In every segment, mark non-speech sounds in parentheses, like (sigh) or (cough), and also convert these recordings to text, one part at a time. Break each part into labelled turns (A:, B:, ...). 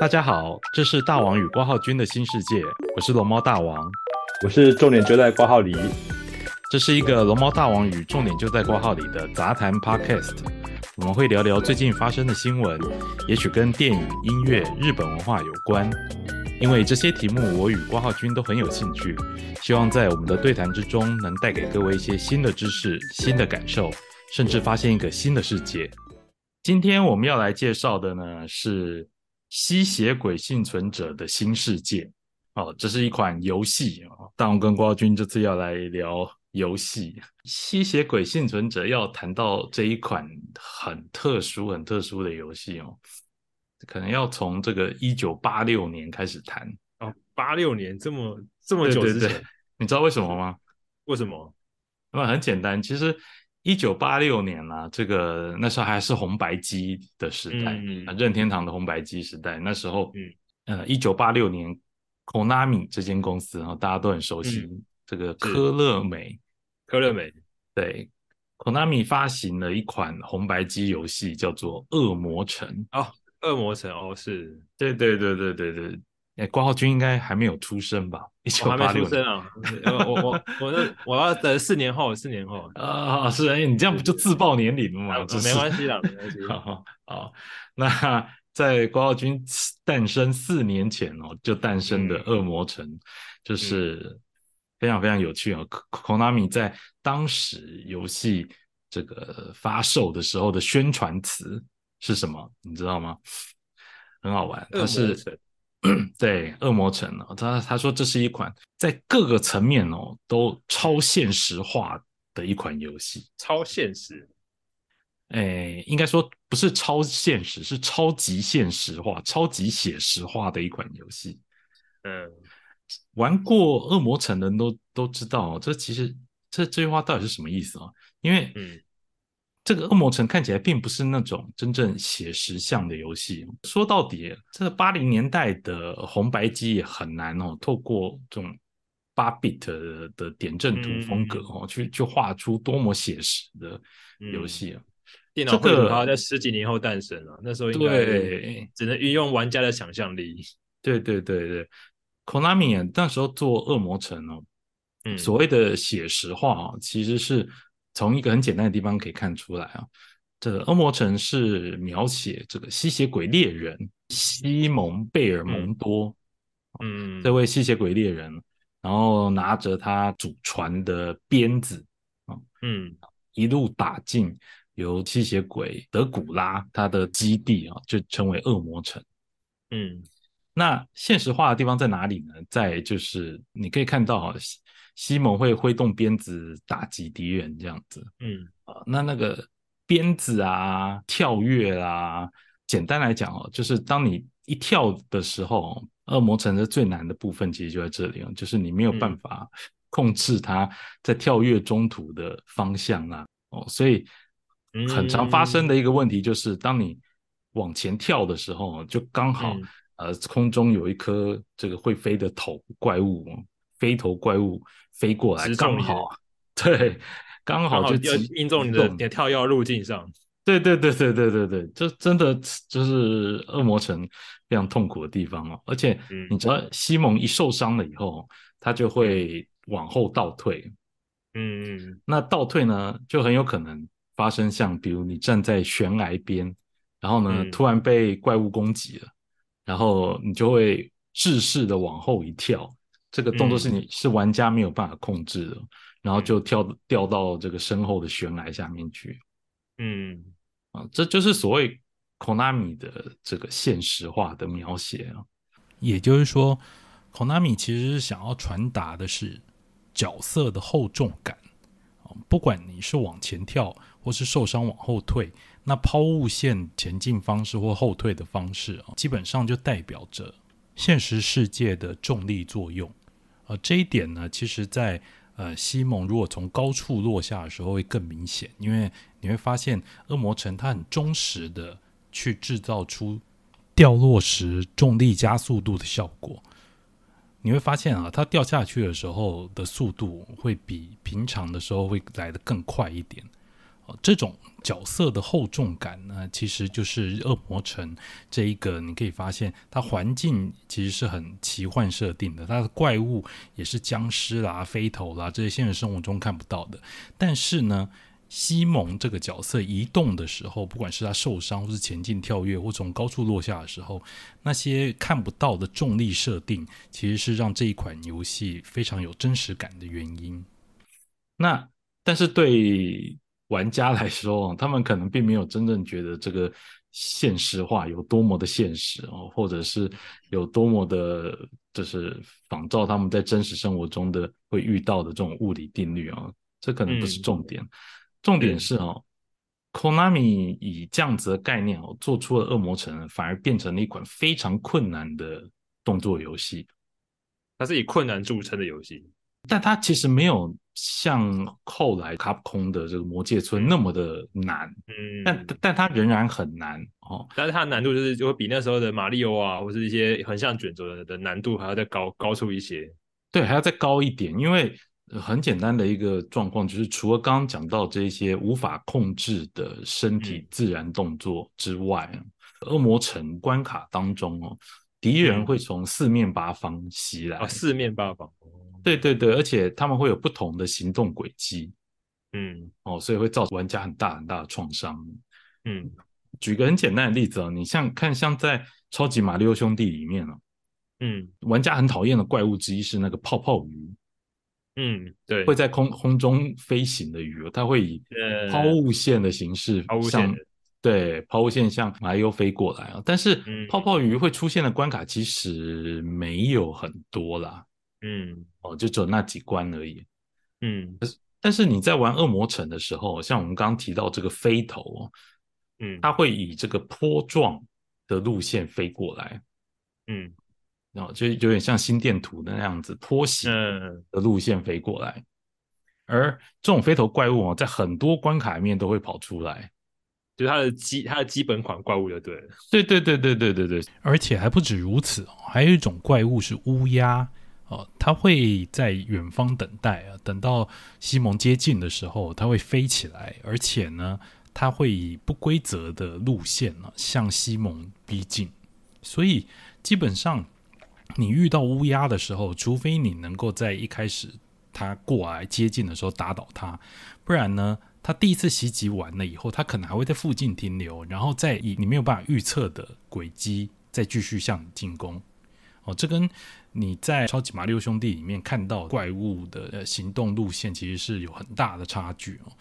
A: 大家好，这是大王与挂号君的新世界，我是龙猫大王，
B: 我是重点就在挂号里。
A: 这是一个龙猫大王与重点就在挂号里的杂谈 podcast，我们会聊聊最近发生的新闻，也许跟电影、音乐、日本文化有关。因为这些题目我与挂号君都很有兴趣，希望在我们的对谈之中能带给各位一些新的知识、新的感受，甚至发现一个新的世界。今天我们要来介绍的呢是吸血鬼幸存者的新世界哦，这是一款游戏哦。但我跟郭浩君这次要来聊游戏《吸血鬼幸存者》，要谈到这一款很特殊、很特殊的游戏哦，可能要从这个一九八六年开始谈。
C: 哦，八六年这么这么
A: 对
C: 久
A: 对
C: 之前，
A: 对，你知道为什么吗？
C: 为什么？
A: 那很简单，其实一九八六年啦、这个那时候还是红白机的时代，
C: 嗯
A: 啊，任天堂的红白机时代。那时候，呃，一九八六年，Konami 这间公司啊，大家都很熟悉，
C: 嗯
A: 这个科乐美
C: 科乐美
A: 对 Konami 发行了一款红白机游戏，叫做《恶魔城》。
C: 恶魔城哦，是
A: 对对对对对对，哎，挂号君应该还没有出生吧？一九
C: 我哦还没
A: 八六
C: 出
A: 年
C: 生啊，我我我我那我要等四年后，四
A: (laughs)
C: 年后，
A: 啊、是哎，你这样不就自报年龄了
C: 啊
A: 吗？这
C: 没
A: 是
C: 关系啦，没关系。
A: (laughs) 好好，那 (laughs) 在郭浩君诞生四年前哦，就诞生的
C: 嗯
A: 《恶魔城》就是非常非常有趣哦。Ko- Konami 在当时游戏这个发售的时候的宣传词是什么？你知道吗？很好玩，
C: 恶
A: 它
C: 魔
A: 是
C: 城
A: (clears throat) 对《恶魔城》哦，他他说这是一款在各个层面哦都超现实化的一款游戏。
C: 超现实，
A: 诶，应该说不是超现实，是超级现实化、超级写实化的一款游戏。
C: 嗯，
A: 玩过《恶魔城》的人都都知道、哦，这其实这这句话到底是什么意思哦？因为
C: 嗯
A: 这个《恶魔城》看起来并不是那种真正写实像的游戏。哦说到底，这八零年代的红白机也很难哦，透过这种八 bit 的的点阵图风格哦，去去画出多么写实的游
C: 嗯
A: 戏、啊。
C: 电
A: 这
C: 脑
A: 个
C: 绘图它在十几年后诞生了，那时候应该
A: 对啊
C: 只能运用玩家的想象力。
A: 对对对对，Konami 啊那时候做《恶魔城》哦，
C: 嗯，
A: 所谓的写实化哦，其实是从一个很简单的地方可以看出来啊、这个《恶魔城》是描写这个吸血鬼猎人西蒙贝尔蒙多、
C: 嗯，
A: 这位吸血鬼猎人，然后拿着他祖传的鞭子，
C: 嗯
A: 一路打进由吸血鬼德古拉他的基地啊、就称为恶魔城。
C: 嗯
A: 那现实化的地方在哪里呢？在就是你可以看到啊西西蒙会挥动鞭子打击敌人这样子
C: 嗯
A: 啊、那那个鞭子啊、跳跃啊，简单来讲哦，就是当你一跳的时候，恶魔城的最难的部分其实就在这里哦，就是你没有办
C: 嗯
A: 法控制它在跳跃中途的方向啊，哦，所以很常发生
C: 嗯
A: 的一个问题就是，当你往前跳的时候，就刚好、
C: 嗯
A: 呃空中有一颗这个会飞的头怪物，飞头怪物飞过来，
C: 直中
A: 刚
C: 你的
A: 好 (laughs) 对，刚
C: 刚
A: 好
C: 好
A: 就
C: 要
A: 击
C: 命中你
A: 击
C: 的
A: 中
C: 你的跳跃路径上。
A: 对对对对对对对，这真的就是恶魔城非常痛苦的地方哦。而且
C: 嗯
A: 你知道，西蒙一受伤了以后，哦他就会往后倒退，
C: 嗯嗯。
A: 那倒退呢，就很有可能发生像比如你站在悬崖边，然后呢
C: 嗯
A: 突然被怪物攻击了，然后你就会制式的往后一跳，这个动作是
C: 嗯
A: 你、是玩家没有办法控制的，哦然后就跳掉到这个身后的悬崖下面去
C: 嗯
A: 啊，这就是所谓 Konami 的这个现实化的描写啊。也就是说，Konami 其实是想要传达的是角色的厚重感。哦不管你是往前跳，或是受伤往后退，那抛物线前进方式或后退的方式啊，哦基本上就代表着现实世界的重力作用。呃，这一点呢，其实在呃西蒙如果从高处落下的时候会更明显，因为你会发现恶魔城它很忠实的去制造出掉落时重力加速度的效果。你会发现啊，它掉下去的时候的速度会比平常的时候会来得更快一点。哦、这种角色的厚重感呢，其实就是《恶魔城》这一个，你可以发现它环境其实是很奇幻设定的，它的怪物也是僵尸啦、飞头啦这些现实生活中看不到的。但是呢，西蒙这个角色移动的时候，不管是他受伤，或是前进跳跃，或从高处落下的时候，那些看不到的重力设定，其实是让这一款游戏非常有真实感的原因。那但是对玩家来说，他们可能并没有真正觉得这个现实化有多么的现实哦，或者是有多么的，就是仿照他们在真实生活中的会遇到的这种物理定律哦，这可能不是
C: 嗯
A: 重点。重点是哦，Konami 以这样子的概念哦，做出了《恶魔城》，反而变成了一款非常困难的动作游戏。
C: 它是以困难著称的游戏。
A: 但它其实没有像后来卡普空的这个《魔界村》那么的难，
C: 嗯，
A: 但但它仍然很难哦。
C: 但是它的难度就是就会比那时候的马里奥啊，或是一些横向卷轴的的难度还要再高高出一些。
A: 对，还要再高一点，因为呃很简单的一个状况就是，除了刚刚讲到这些无法控制的身体
C: 嗯
A: 自然动作之外，呃恶魔城关卡当中哦，敌人
C: 嗯
A: 会从四面八方袭来，
C: 啊，四面八方。
A: 哦对对对，而且他们会有不同的行动轨迹
C: 嗯
A: 哦，所以会造成玩家很大很大的创伤。
C: 嗯
A: 举个很简单的例子哦，你像看像在《超级马里奥兄弟》里面哦，
C: 嗯
A: 玩家很讨厌的怪物之一是那个泡泡鱼，
C: 嗯，对，
A: 会在空空中飞行的鱼哦，它会以
C: 呃
A: 抛物线的形式
C: 抛物线
A: 向
C: 的
A: 对抛物线向马里奥飞过来啊、但是
C: 嗯
A: 泡泡鱼会出现的关卡其实没有很多啦，
C: 嗯
A: 哦，就只有那几关而已。
C: 嗯
A: 但是你在玩恶魔城的时候，像我们刚刚提到这个飞头哦，
C: 嗯
A: 它会以这个坡状的路线飞过来，
C: 嗯
A: 然后就有点像心电图的那样子坡形
C: 嗯
A: 的路线飞过来。而这种飞头怪物哦，在很多关卡里面都会跑出来。
C: 就是它的基它的基本款怪物就对了。
A: 对对对对对对对，
D: 而且还不止如此哦，还有一种怪物是乌鸦哦，它会在远方等待啊，等到西蒙接近的时候，它会飞起来，而且呢，它会以不规则的路线呢、向西蒙逼近，所以基本上你遇到乌鸦的时候，除非你能够在一开始它过来接近的时候打倒它，不然呢，它第一次袭击完了以后，它可能还会在附近停留，然后再以你没有办法预测的轨迹再继续向你进攻。哦，这跟你在《超级马里奥兄弟》里面看到怪物的、呃、行动路线其实是有很大的差距哦。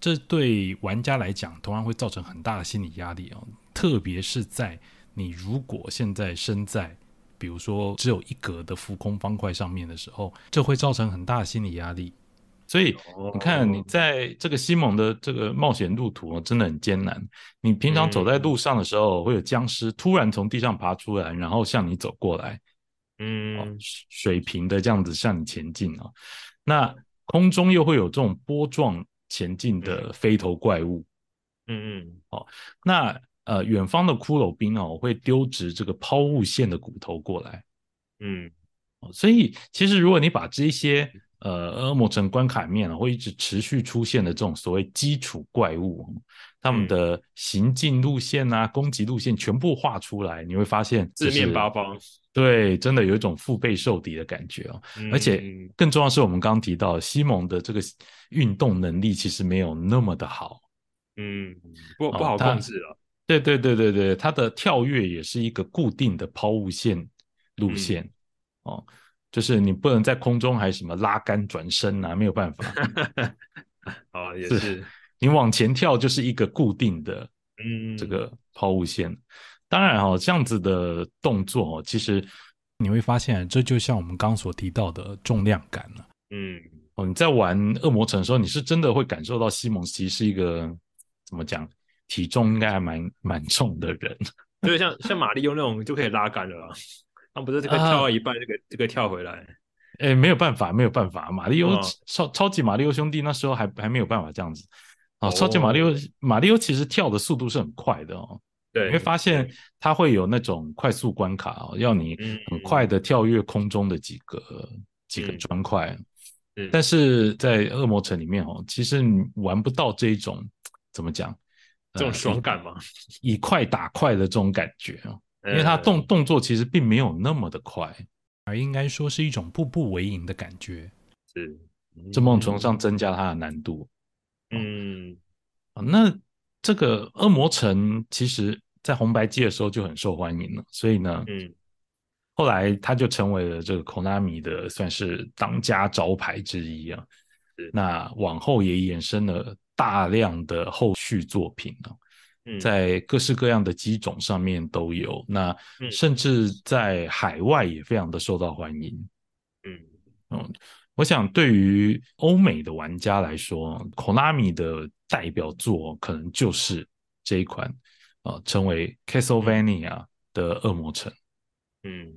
D: 这对玩家来讲，同样会造成很大的心理压力哦，特别是在你如果现在身在比如说只有一格的浮空方块上面的时候，这会造成很大的心理压力。
A: 所以
C: 哦
A: 你看，你在这个西蒙的这个冒险路途哦，真的很艰难。你平常走在
C: 嗯
A: 路上的时候，会有僵尸突然从地上爬出来，然后向你走过来，哦
C: 嗯，
A: 水水平的这样子向你前进哦。那空中又会有这种波状前进的飞头怪物，
C: 嗯嗯
A: 那呃，远方的骷髅兵哦，会丢掷这个抛物线的骨头过来。
C: 嗯
A: 哦所以，其实如果你把这些呃恶魔城关卡里面啊，会一直持续出现的这种所谓基础怪物，他们
C: 嗯
A: 的行进路线啊、攻击路线全部画出来，你会发现
C: 四面八
A: 方，
C: 方，
A: 对，真的有一种腹背受敌的感觉哦。而且
C: 嗯
A: 更重要的是，我们刚刚提到西蒙的这个运动能力其实没有那么的好。
C: 嗯不
A: 哦
C: 不好
A: 它
C: 控制了。
A: 对对对对对，它的跳跃也是一个固定的抛物线
D: 嗯
A: 路线、哦，就是你不能在空中还什么拉杆转身啊，没有办
D: (laughs)
A: 法，
C: 啊，也
A: 是
C: 是，
A: 你往前跳就是一个固定的
C: 嗯，
A: 这个抛物线。当然哦，这样子的动作哦，其实
D: 你会发现，这就像我们刚所提到的重量感了、
C: 嗯，
A: 哦，你在玩恶魔城的时候，你是真的会感受到西蒙其实是一个怎么讲，体重应该还蛮蛮重的人。
C: 就是像像马里奥那种就可以拉杆的啦，他不是这个
A: 啊
C: 跳到一半，这个这个跳回来，
A: 哎，没有办法，没有办法，马里奥
C: 哦
A: 超超级马里奥兄弟那时候还还没有办法这样子啊、
C: 哦
A: 超级马里奥马里奥其实跳的速度是很快的哦，
C: 对，
A: 你会发现它会有那种快速关卡哦，要你
C: 嗯
A: 很快的跳跃空中的几个、几个
C: 嗯
A: 砖块。
C: 嗯
A: 但是在恶魔城里面哦，其实你玩不到这一种怎么讲？呃
C: 这种爽感嘛，
A: 以快打快的这种感觉哦，因为它
C: 呃
A: 动动作其实并没有那么的快，
D: 而应该说是一种步步为营的感觉。
C: 是
A: 这某种程度上增加它的难度。
C: 嗯，
A: 啊，那这个恶魔城其实在红白机的时候就很受欢迎了，所以呢，
C: 嗯，
A: 后来它就成为了这个 Konami 的算是当家招牌之一啊
C: 是。
A: 那往后也衍生了大量的后续作品啊，
C: 嗯
A: 在各式各样的机种上面都有，那
C: 嗯
A: 甚至在海外也非常的受到欢迎。
C: 嗯
A: 我想，对于欧美的玩家来说，Konami 的代表作可能就是这一款，呃，称为 Castlevania 的《恶魔城》。
C: 嗯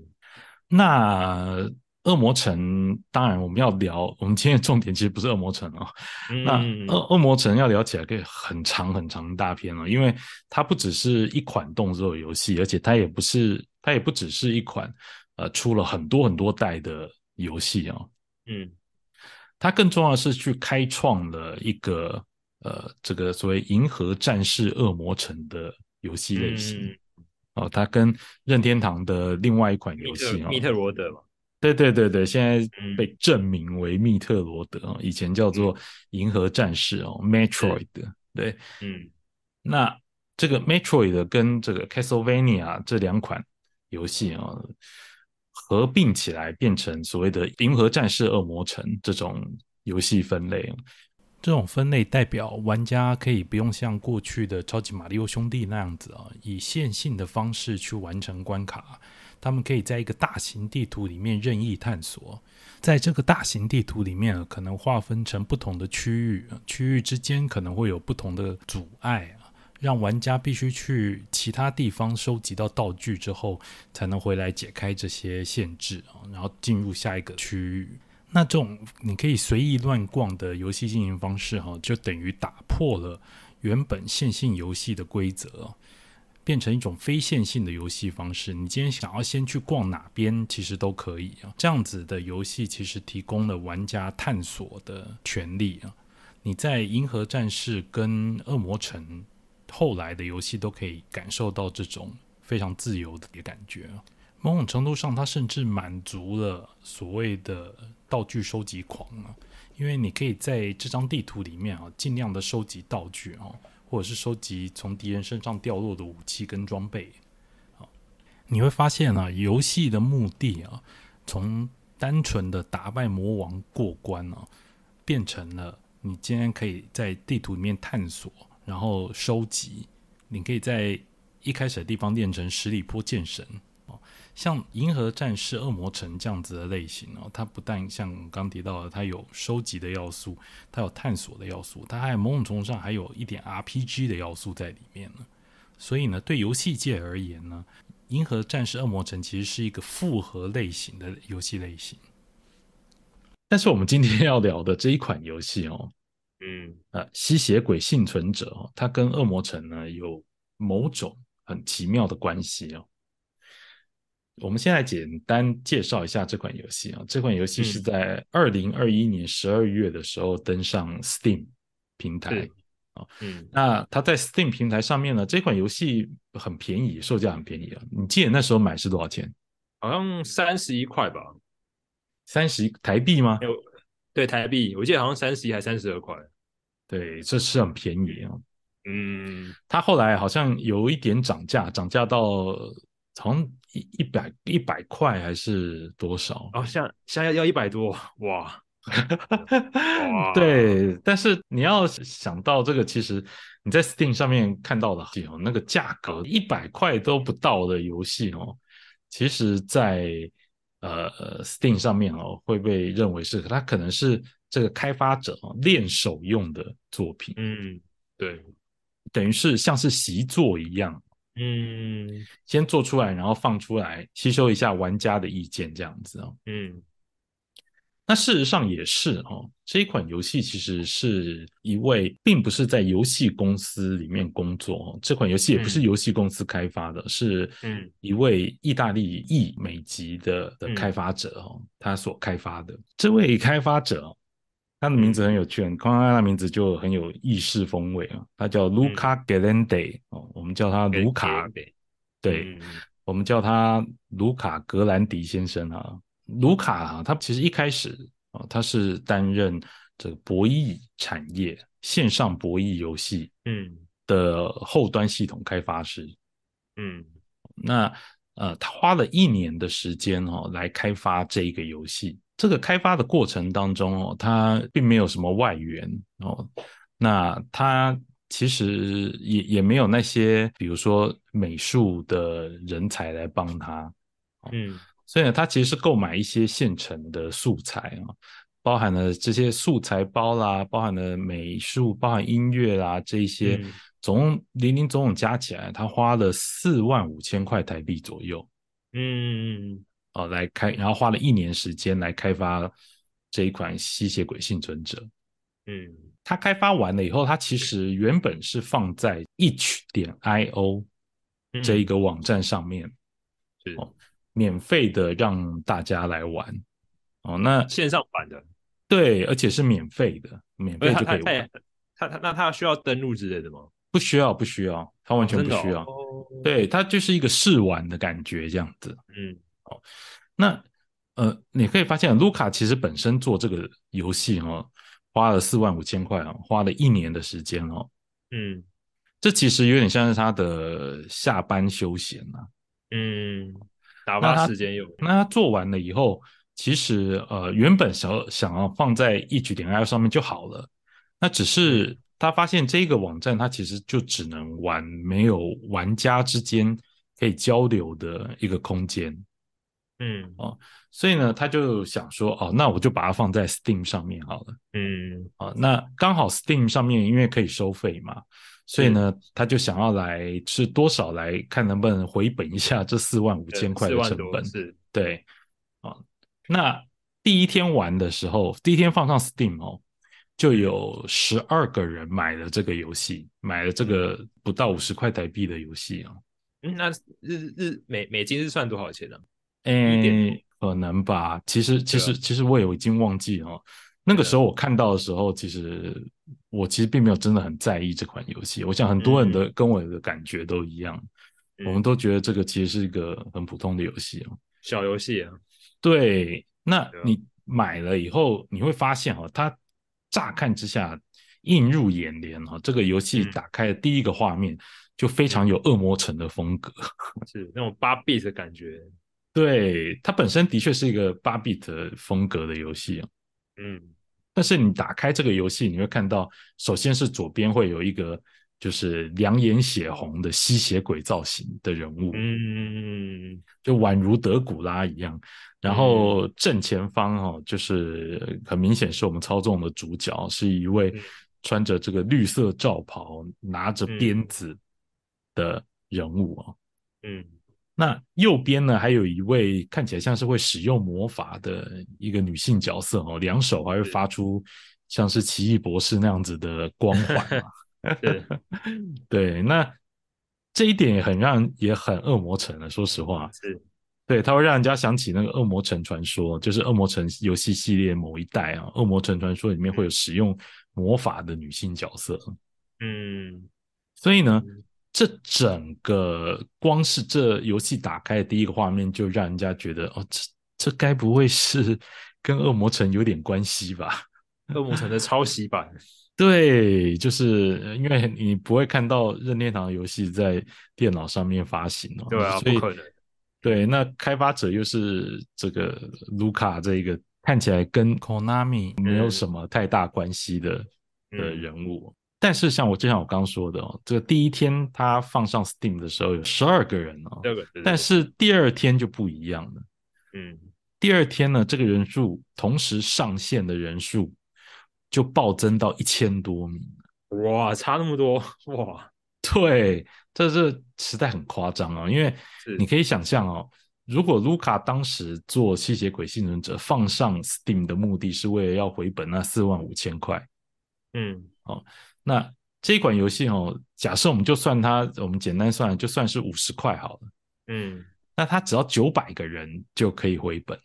A: 那《恶魔城》当然我们要聊，我们今天的重点其实不是《恶魔城》哦，
C: 嗯，
A: 那
C: 嗯 (clears throat)
A: 恶恶魔城要聊起来可以很长很长一大篇了、哦，因为它不只是一款动作游戏，而且它也不是它也不只是一款呃出了很多很多代的游戏哦，
C: 嗯
A: 它更重要的是去开创了一个呃这个所谓银河战士恶魔城的游戏类型、
C: 嗯
A: 哦，它跟任天堂的另外一款
C: 密
A: 游
C: 特
A: 戏哦，
C: 密特罗德嘛，
A: 对对对对，现在
C: 嗯
A: 被证明为密特罗德哦，以前叫做银河战士哦，Metroid 对。
C: 嗯
A: 那这个 Metroid 跟这个 Castlevania 这两款游戏啊、合并起来变成所谓的《银河战士恶魔城》这种游戏分类哦。
D: 这种分类代表玩家可以不用像过去的超级马里奥兄弟那样子啊，以线性的方式去完成关卡。他们可以在一个大型地图里面任意探索，在这个大型地图里面啊可能划分成不同的区域，呃区域之间可能会有不同的阻碍啊，让玩家必须去其他地方收集到道具之后，才能回来解开这些限制啊，然后进入下一个区域。那这种你可以随意乱逛的游戏经营方式、哈，就等于打破了原本线性游戏的规则哦，变成一种非线性的游戏方式。你今天想要先去逛哪边，其实都可以啊。这样子的游戏其实提供了玩家探索的权利啊。你在《银河战士》跟《恶魔城》后来的游戏都可以感受到这种非常自由的感觉啊。某种程度上，它甚至满足了所谓的道具收集狂啊，因为你可以在这张地图里面啊，尽量的收集道具哦、或者是收集从敌人身上掉落的武器跟装备。啊你会发现啊，游戏的目的啊，从单纯的打败魔王过关啊，变成了你今天可以在地图里面探索，然后收集。你可以在一开始的地方练成十里坡剑神，哦像《银河战士》《恶魔城》这样子的类型哦，它不但像我刚提到的，它有收集的要素，它有探索的要素，它还有某种程度上还有一点 RPG 的要素在里面呢。所以呢，对游戏界而言呢，《银河战士》《恶魔城》其实是一个复合类型的游戏类型。
A: 但是我们今天要聊的这一款游戏哦，
C: 嗯
A: 呃，吸血鬼幸存者哦，它跟恶魔城呢有某种很奇妙的关系哦。我们先来简单介绍一下这款游戏啊、这款游戏是
C: 嗯
A: 在二零二一年十二月的时候登上 Steam 平台
C: 是。嗯
A: 那它在 Steam 平台上面呢，这款游戏很便宜，售价很便宜啊。你记得那时候买是多少钱？
C: 好像三十一块吧，
A: 三十台币吗？
C: 有对台币，我记得好像三十一还三十二块，
A: 对，这是很便宜啊、
C: 嗯
A: 它后来好像有一点涨价，涨价到呃好像一一百一百块还是多少？
C: 哦，现在现在要一百多，哇，
A: (laughs) 对，但是你要想到这个，其实你在 Steam 上面看到的哦，那个价格一百块都不到的游戏哦，其实在呃 Steam 上面哦会被认为是它可能是这个开发者哦练手用的作品，
C: 嗯，对，
A: 等于是像是习作一样。
C: 嗯
A: 先做出来，然后放出来，吸收一下玩家的意见，这样子哦。
C: 嗯
A: 那事实上也是哦，这一款游戏其实是一位并不是在游戏公司里面工作哦，这款游戏也不是游戏公司开发的，是
C: 嗯
A: 一位意大利裔美籍的的
C: 嗯
A: 开发者哦，他所开发的。这位开发者哦他的名字很有趣，你光看他的名字就很有意式风味啊。他
C: 嗯
A: 叫卢卡 Galande 哦，我们叫他卢卡，
C: 对
A: 对，我们叫他卢卡格兰迪先生啊。卢卡啊，他其实一开始哦，他是担任这个博弈产业线上博弈游戏
C: 嗯
A: 的后端系统开发师。
C: 嗯
A: 那呃，他花了一年的时间哦，来开发这一个游戏。这个开发的过程当中哦，他并没有什么外援哦，那他其实也也没有那些，比如说美术的人才来帮他，
C: 嗯
A: 所以呢，他其实是购买一些现成的素材啊、包含了这些素材包啦，包含了美术，包含音乐啦，这一些、
C: 嗯
A: 总共零零总总加起来，他花了四万五千块台币左右
C: 嗯
A: 啊、来开，然后花了一年时间来开发这一款吸血鬼幸存者。
C: 嗯
A: 他开发完了以后，他其实原本是放在 itch 点 io
C: 嗯
A: 这一个网站上面，
C: 是
A: 哦免费的让大家来玩。哦，那
C: 线上版的，
A: 对，而且是免费的，免
C: 而且
A: 费
C: 他
A: 就可
C: 他
A: 以
C: 他
A: 玩
C: 也，他他那他需要登录之类的吗？
A: 不需要，不需要，他完全不需要。
C: 哦，
A: 对，它就是一个试玩的感觉这样子。
C: 嗯
A: 那呃，你可以发现，卢卡其实本身做这个游戏哦，花了四万五千块哦，花了一年的时间哦。
C: 嗯
A: 这其实有点像是他的下班休闲啊。
C: 嗯，打
A: 那
C: 发
A: 他
C: 时间用，
A: 那他做完了以后，其实呃原本想想要放在一举点 i 上面就好了，那只是他发现这个网站它其实就只能玩没有玩家之间可以交流的一个空间，
C: 嗯
A: 哦所以呢他就想说哦，那我就把它放在 Steam 上面好了
C: 嗯
A: 啊、哦那刚好 Steam 上面因为可以收费嘛。所以
C: 嗯
A: 呢，他就想要来是多少来看能不能回本一下这四万五千块的
C: 4万
A: 成
C: 多
A: 本。
C: 是，
A: 对，啊，那第一天玩的时候，第一天放上 Steam 哦，就有十二个人买了这个游戏，买了这个不到五十块台币的游戏啊，
C: 嗯，那日日美美金是算多少钱啊呢？点
A: 诶，可能吧。其实，其
C: 对啊啊
A: 实，其实我也已经忘记了哦。那个时候我看到的时候，其实我其实并没有真的很在意这款游戏。我想很多人的跟我的感觉都一样，我们
C: 嗯
A: 都觉得这个其实是一个很普通的游戏哦。
C: 小游戏啊，
A: 对，那
C: 对啊
A: 你买了以后，你会发现哦，它乍看之下映入眼帘哦，这个游戏
C: 嗯
A: 打开的第一个画面就非常有恶魔城的风格。
C: 是那种八 bit 的感觉，
A: 对，它本身的确是一个八 bit 风格的游戏哦，
C: 嗯
A: 但是你打开这个游戏，你会看到，首先是左边会有一个就是两眼血红的吸血鬼造型的人物，
C: 嗯
A: 就宛如德古拉一样。然后正前方哦，就是很明显是我们操纵的主角，是一位
C: 嗯
A: 穿着这个绿色罩袍、拿着鞭子的人物哦。
C: 嗯
A: 那右边呢，还有一位看起来像是会使用魔法的一个女性角色哦，两手还会发出像是奇异博士那样子的光环嘛。
C: 对，
A: (laughs) 对，那这一点也很让也很恶魔城了，说实话。
C: 是
A: 对，它会让人家想起那个《恶魔城传说》，就是《恶魔城》游戏系列某一代啊，《恶魔城传说》里面会有使用魔法的女性角色，
C: 嗯
A: 所以呢
C: 嗯，
A: 这整个光是这游戏打开的第一个画面，就让人家觉得哦，这这该不会是 (laughs) 跟《恶魔城》有点关系吧？ (laughs)
C: 恶魔城的抄袭版，
A: 对，就是呃因为你不会看到任天堂的游戏在电脑上面发行哦，
C: 对啊，
A: 所
C: 不
A: 以
C: 可能，
A: 对，那开发者又是这个卢卡这一个看起来跟
D: Konami
A: 没有什么太大关系的、的
C: 嗯
A: 人物。但是像我就像我刚刚说的哦，这个第一天他放上 Steam 的时候有十二个人哦，
C: 这个，对
A: 但，是第二天就不一样了。
C: 对嗯
A: 第二天呢，这个人数同时上线的人数就暴增到一千多名。
C: 哇，差那么多，哇，
A: 对，这这实在很夸张哦，因为
C: 是
A: 你可以想象哦，如果卢卡当时做吸血鬼幸存者放上 Steam 的目的是为了要回本那四万五千块，
C: 嗯
A: 那这款游戏哦，假设我们就算它，我们简单算，就算是五十块好了，
C: 嗯
A: 那它只要九百个人就可以回本。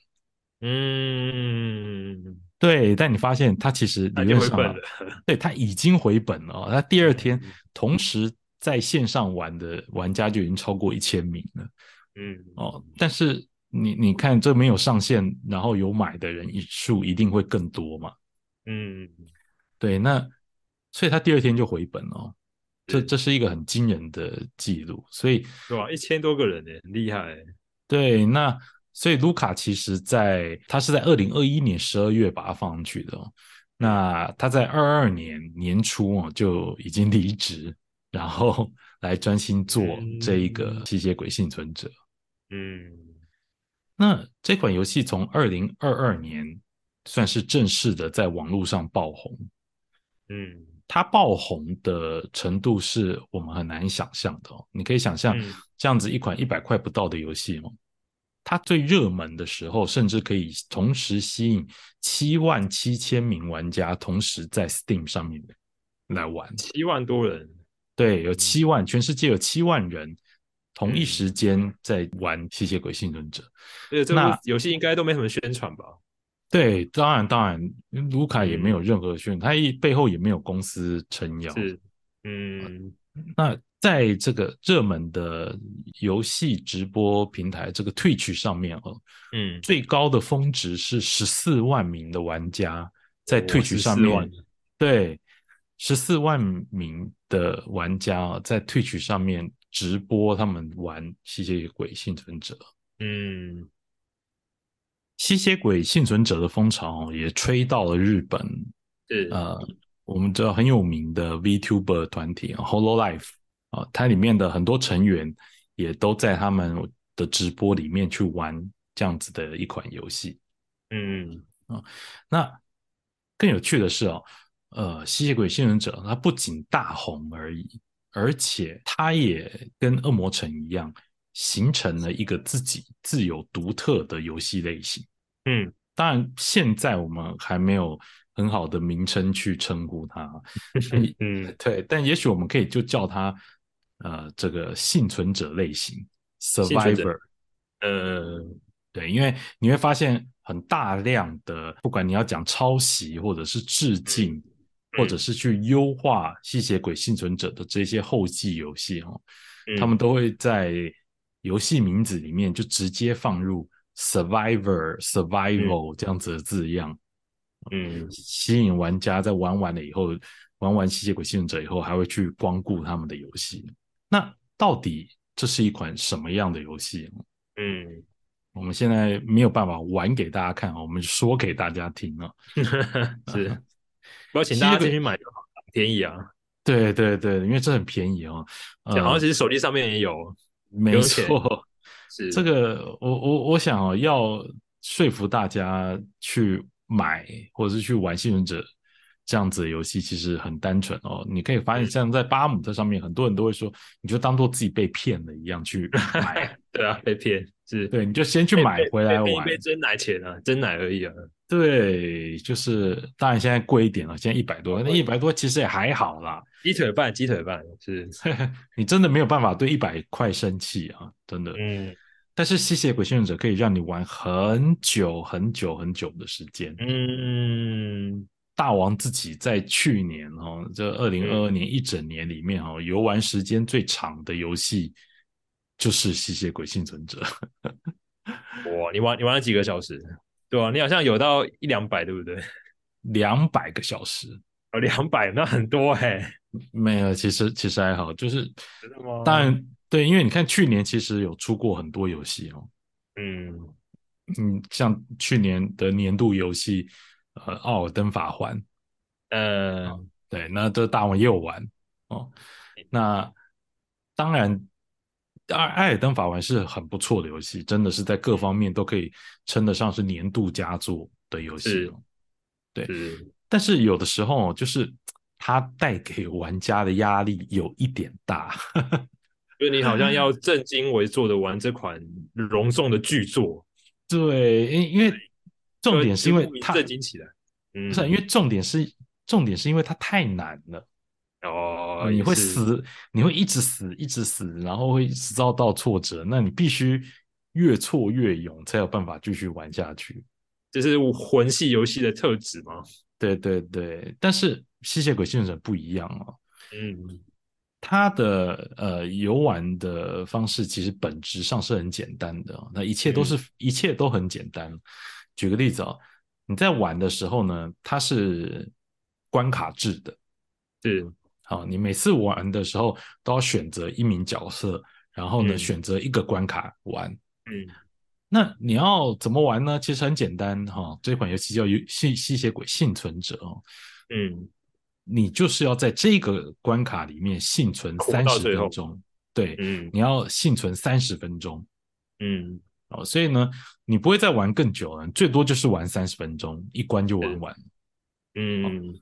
C: 嗯，
A: 对，但你发现它其实
C: 他
A: 理
C: 就
A: 论
C: 会
A: 上
C: 笨
A: 啊
C: 了，嗯
A: 对它已经回本了哦，它第二天同时在线上玩的玩家就已经超过一千名了。
C: 嗯，
A: 哦，但是你你看，这没有上限，然后有买的人数一定会更多嘛？
C: 嗯，
A: 对，那所以他第二天就回本哦，这
C: 是
A: 这是一个很惊人的记录。所以
C: 对吧？一千多个人呢，很厉害欸。
A: 对，那所以卢卡其实在他是在二零二一年十二月把它放上去的、哦，那他在二二年年初哦就已经离职，然后来专心做这一个
C: 嗯
A: 吸血鬼幸存者。
C: 嗯，
A: 那这款游戏从二零二二年算是正式的在网络上爆红，
C: 嗯，
A: 它爆红的程度是我们很难想象的、哦。你可以想象
C: 嗯
A: 这样子一款一百块不到的游戏哦，它最热门的时候，甚至可以同时吸引七万七千名玩家同时在 Steam 上面来玩。
C: 七万多人，
A: 对，有七万，全世界有七万人同一
C: 嗯
A: 时间在玩《吸血鬼幸存者》。
C: 而且这
A: 那
C: 部游戏应该都没什么宣传吧？
A: 对，当然当然，卢卡也
C: 嗯
A: 没有任何宣，他一背后也没有公司撑腰。
C: 是，嗯
A: 那在这个热门的游戏直播平台这个 Twitch 上面哦，
C: 嗯，
A: 最高的峰值是十四万名的玩家在
C: 我
A: Twitch 上
C: 14万
A: 面，对，十四万名的玩家哦在 Twitch 上面直播他们玩《吸血鬼幸存者》。
C: 嗯，
A: 吸血鬼幸存者的风潮哦也吹到了日本，
C: 是，
A: 呃，我们知道很有名的 VTuber 团体啊 Hololive 啊、它里面的很多成员也都在他们的直播里面去玩这样子的一款游戏。
C: 嗯
A: 那更有趣的是哦，呃，吸血鬼幸存者它不仅大红而已，而且它也跟恶魔城一样，形成了一个自己自有独特的游戏类型。
C: 嗯
A: 当然，现在我们还没有很好的名称去称呼它。
C: 嗯，
A: 对，但也许我们可以就叫它呃这个幸存者类型
C: 存者
A: （survivor）。
C: 呃，
A: 对，因为你会发现很大量的，不管你要讲抄袭，或者是
C: 嗯
A: 致敬，或者是去优化吸血鬼幸存者的这些后继游戏哦，他
C: 嗯
A: 们都会在游戏名字里面就直接放入 survivor、survival 这样子的字样。
C: 嗯
A: 吸引玩家在玩完了以后，玩完《吸血鬼幸存者》以后，还会去光顾他们的游戏。那到底这是一款什么样的游戏？
C: 嗯，
A: 我们现在没有办法玩给大家看啊，我们说给大家听啊。
C: 是，不要请大家进去买就好，便宜啊，
A: 对对对，因为这很便宜哦。
C: 这好像
A: 呃，
C: 其实手机上面也有，
A: 没
C: 有
A: 错，
C: 是
A: 这个我我我想哦，要说服大家去买或者是去玩《幸存者》这样子的游戏，其实很单纯哦。你可以发现，
C: 嗯
A: 像在巴姆特上面，很多人都会说，你就当做自己被骗了一样去买，
C: 对啊，被骗是，
A: 对，你就先去
C: 被
A: 买
C: 被
A: 回来
C: 被骗一
A: 玩。
C: 杯真奶钱啊，真奶而已啊，
A: 对，就是当然现在贵一点了，现在一百多，那一百多其实也还好啦。
C: 鸡腿饭，鸡腿饭是，
A: 你真的没有办法对一百块生气啊，真的。
C: 嗯
A: 但是吸血鬼幸存者可以让你玩很久很久很久的时间。
C: 嗯
A: 大王自己在去年哦，这二零二二年一整年里面哦，游玩时间最长的游戏就是《吸血鬼幸存者》。
C: 哇，你玩你玩了几个小时？对啊，你好像有到一两百，对不 (laughs) 对？
A: 两百个小时，
C: 有两百，那很多哎、
A: 没有，其实其实还好，就是
C: 真的吗
A: 当然对，因为你看去年其实有出过很多游戏哦，
C: 嗯，
A: 嗯，像去年的年度游戏，呃，《奥尔登法环》，
C: 呃，
A: 对，那这大王也有玩哦。那当然，艾艾尔登法环是很不错的游戏，真的是在各方面都可以称得上是年度佳作的游戏
C: 是
A: 哦。
C: 是，
A: 但是有的时候哦就是它带给玩家的压力有一点大。
C: 因为你好像
A: (laughs)
C: 要正襟危坐的玩这款隆重的巨作，
A: 对，因因为重点是因为
C: 就不明
A: 它
C: 正经起来，嗯，
A: 不是因为重点是重点是因为它太难了。
C: 哦，
A: 你
C: 也
A: 会
C: 是，
A: 死，你会一直死，一直死，然后会一直遭到挫折。那你必须越挫越勇，才有办法继续玩下去。
C: 这是魂系游戏的特质吗？
A: 对对对，但是吸血鬼幸存者不一样哦，
C: 嗯，
A: 它的呃游玩的方式其实本质上是很简单的、哦，那一
C: 嗯
A: 切都是、一切都很简单。举个例子哦，你在玩的时候呢，它是关卡制的，
C: 是
A: 好，啊你每次玩的时候都要选择一名角色，然后呢、
C: 嗯
A: 选择一个关卡玩。
C: 嗯
A: 那你要怎么玩呢？其实很简单哈、这款游戏叫游吸吸血鬼幸存者哦，
C: 嗯
A: 你就是要在这个关卡里面幸存
C: 活
A: 三
C: 到
A: 十
C: 最后
A: 分钟，对，
C: 嗯
A: 你要幸存三十分钟
C: 嗯，
A: 哦，所以呢，你不会再玩更久了，最多就是玩三十分钟，一关就玩
C: 是
A: 完。
C: 嗯，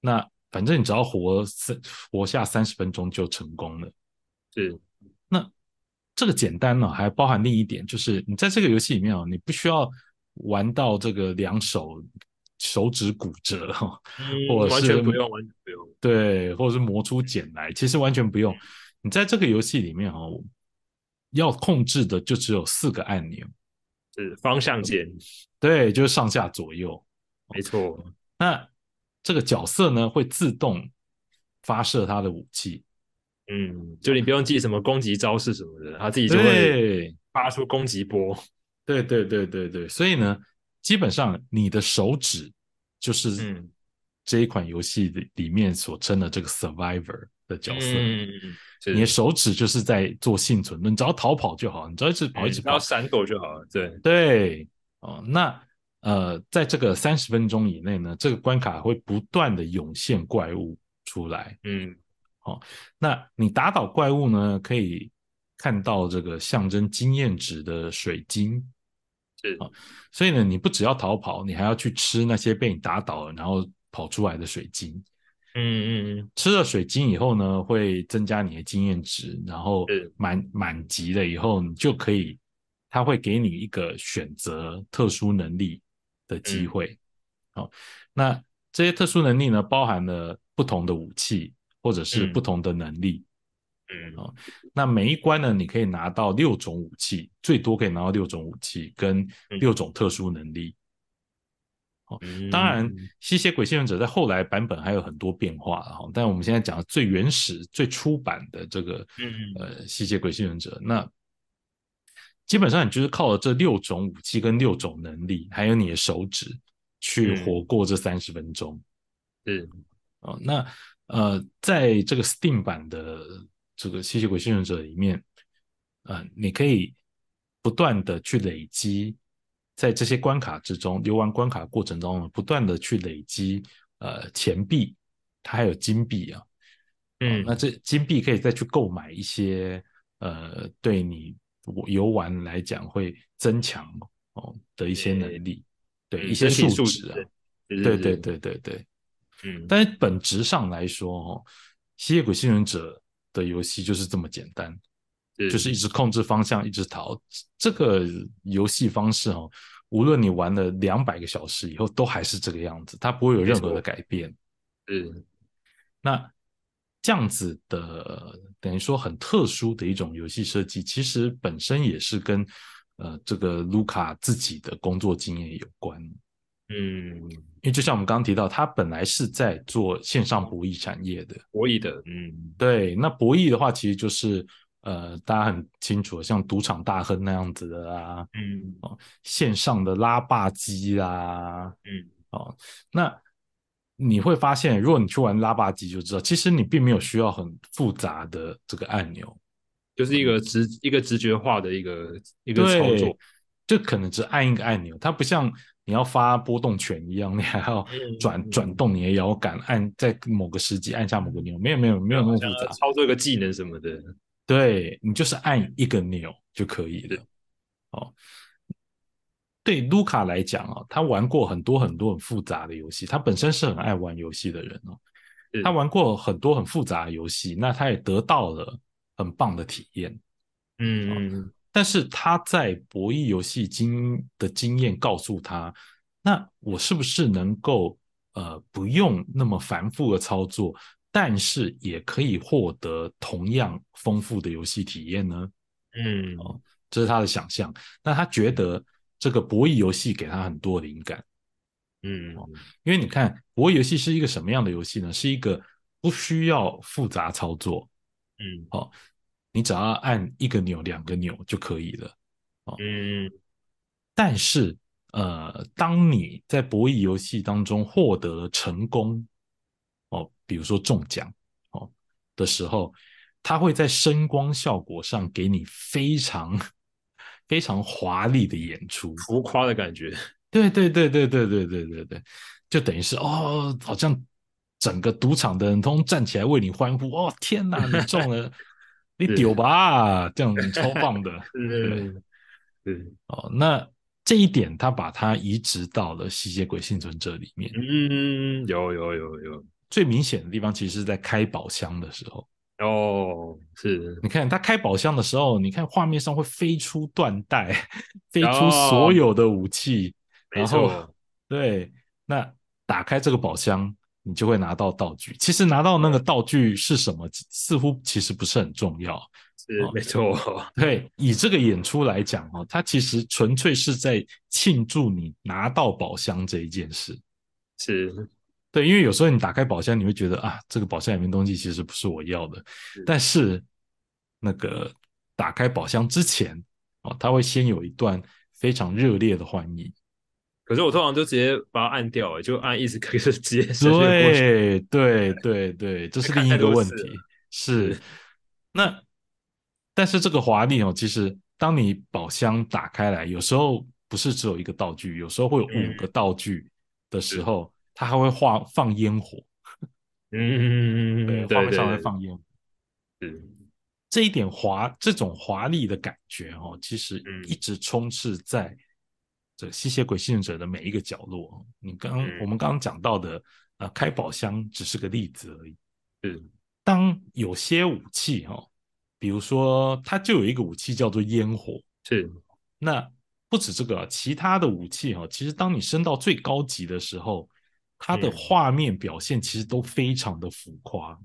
A: 那反正你只要活三活下三十分钟就成功了。
C: 是
A: 那这个简单呢、还包含另一点，就是你在这个游戏里面哦，你不需要玩到这个两手手指骨折哦，
C: 嗯
A: 或者
C: 完
A: 是
C: 全不用，完全不用，
A: 对，或者是磨出茧来，其实完全不用。你在这个游戏里面哦，要控制的就只有四个按钮，
C: 是方向键，
A: 对，就是上下左右。
C: 没错，
A: 那这个角色呢会自动发射他的武器，
C: 嗯，就你不用记什么攻击招式什么的，他自己就会
A: 对，
C: 发出攻击波，
A: 对对对对对，所以呢，基本上你的手指就是
C: 嗯，
A: 这一款游戏里里面所称的这个 survivor 的角色，
C: 嗯，是
A: 你的手指就是在做幸存，你只要逃跑就好，你只要一直跑一直
C: 只要
A: 跑，
C: 嗯闪躲就好了，对，
A: 对，哦，那呃，在这个三十分钟以内呢，这个关卡会不断的涌现怪物出来，
C: 嗯
A: 那你打倒怪物呢，可以看到这个象征经验值的水晶。哦
C: 是
A: 所以呢，你不只要逃跑，你还要去吃那些被你打倒了然后跑出来的水晶。
C: 嗯嗯嗯，
A: 吃了水晶以后呢，会增加你的经验值，然后
C: 是
A: 满满级了以后，你就可以，它会给你一个选择特殊能力的机
C: 嗯
A: 会。好、那这些特殊能力呢，包含了不同的武器或者是
C: 嗯
A: 不同的能力。
C: 嗯
A: 哦那每一关呢，你可以拿到六种武器，最多可以拿到六种武器跟
C: 嗯
A: 六种特殊能力。
C: 嗯
A: 当然，吸血鬼幸存者在后来版本还有很多变化哈，但我们现在讲的最原始、最初版的这个
C: 嗯
A: 呃吸血鬼幸存者，那基本上你就是靠了这六种武器跟六种能力，还有你的手指去
C: 嗯
A: 活过这三十分钟。
C: 是
A: 哦，那呃，在这个 Steam 版的这个吸血鬼幸存者里面，呃，你可以不断的去累积，在这些关卡之中，游玩关卡过程中，不断的去累积呃钱币，它还有金币啊，
C: 嗯
A: 那这金币可以再去购买一些呃，对你我游玩来讲会增强哦的一些能力，对一些
C: 身体
A: 数
C: 质
A: 值啊，，
C: 对
A: 对对，对对对。
C: 是嗯，
A: 但是本质上来说，哦，吸血鬼幸存者的游戏就是这么简单，就是一直控制方向，一直逃。这个游戏方式哦，无论你玩了两百个小时以后，都还是这个样子，它不会有任何的
C: 没错
A: 改变。
C: 是
A: 那这样子的，等于说很特殊的一种游戏设计，其实本身也是跟呃这个卢卡自己的工作经验有关。
C: 嗯，
A: 因为就像我们刚刚提到，他本来是在做线上博弈产业的，
C: 博弈的，嗯
A: 对，那博弈的话，其实就是呃，大家很清楚，像赌场大亨那样子的啊，
C: 嗯
A: 线上的拉霸机啦，
C: 嗯，
A: 那你会发现，如果你去玩拉霸机，就知道其实你并没有需要很复杂的这个按钮，
C: 就是一个直一个直觉化的一个一嗯个操
A: 对
C: 作，，
A: 就可能只按一个按钮，它不像你要发波动拳一样，你还要
C: 嗯
A: 转
C: 嗯
A: 转动你的摇杆，按在某个时机按下某个钮，没有没有没有那么复
C: 像
A: 杂，
C: 操作一个技能什么的，
A: 对你就是按一个钮就可以了。哦，对卢卡来讲哦，他玩过很多很多很复杂的游戏，他本身是很爱玩游戏的人哦，
C: 是
A: 他玩过很多很复杂的游戏，那他也得到了很棒的体验。
C: 嗯嗯
A: 但是他在博弈游戏经的经验告诉他，那我是不是能够呃不用那么繁复的操作，但是也可以获得同样丰富的游戏体验呢？
C: 嗯，
A: 这是他的想象。那他觉得这个博弈游戏给他很多灵感。
C: 嗯，
A: 哦因为你看，博弈游戏是一个什么样的游戏呢？是一个不需要复杂操作，
C: 嗯
A: 你只要按一个钮、两个钮就可以了。
C: 嗯
A: 但是，呃，当你在博弈游戏当中获得了成功，哦，比如说中奖哦的时候，它会在声光效果上给你非常 (laughs) 非常华丽的演出。
C: 浮夸的感觉，
A: 对对对对对对对对对，就等于是哦，好像整个赌场的人都站起来为你欢呼，哦天哪，你中了，你
C: 是
A: 丢吧，这样你超棒的
C: 嗯，是，
A: 哦。那这一点他把它移植到了吸血鬼幸存者里面，
C: 嗯，有有有有，
A: 最明显的地方其实是在开宝箱的时候，
C: 哦，是
A: 你看他开宝箱的时候，你看画面上会飞出缎带， (laughs) 飞出
C: 哦
A: 所有的武器，
C: 没
A: 然后
C: 错，
A: 对，那打开这个宝箱，你就会拿到道具。其实拿到那个道具是什么，似乎其实不是很重要。
C: 是
A: 哦
C: 没错，
A: 对，以这个演出来讲哦，它其实纯粹是在庆祝你拿到宝箱这一件事。
C: 是
A: 对，因为有时候你打开宝箱，你会觉得啊，这个宝箱里面东西其实不是我要的。但是那个打开宝箱之前哦，它会先有一段非常热烈的欢迎。
C: 可是我通常就直接把它按掉，就按一直可以就直接闪现过去。
A: 对对对对，这是
C: 看
A: 另一
C: 太
A: 个
C: 多
A: 问
C: 次
A: 题。是，那但是这个华丽哦，其实当你宝箱打开来，有时候不是只有一个道具，有时候会有
C: 嗯
A: 五个道具的时候，它还会画放烟火，
C: 嗯，
A: 对，
C: 对，
A: 画面上
C: 对
A: 会，放烟火。
C: 对是
A: 这一点华这种华丽的感觉哦，其实
C: 嗯
A: 一直充斥在这吸血鬼幸存者的每一个角落。哦你刚、
C: 嗯
A: 我们刚刚讲到的，呃，开宝箱只是个例子而已。
C: 是，
A: 当有些武器哦，比如说它就有一个武器叫做烟火，
C: 是，
A: 那不止这个，啊其他的武器哦，其实当你升到最高级的时候，它的
C: 嗯
A: 画面表现其实都非常的浮夸。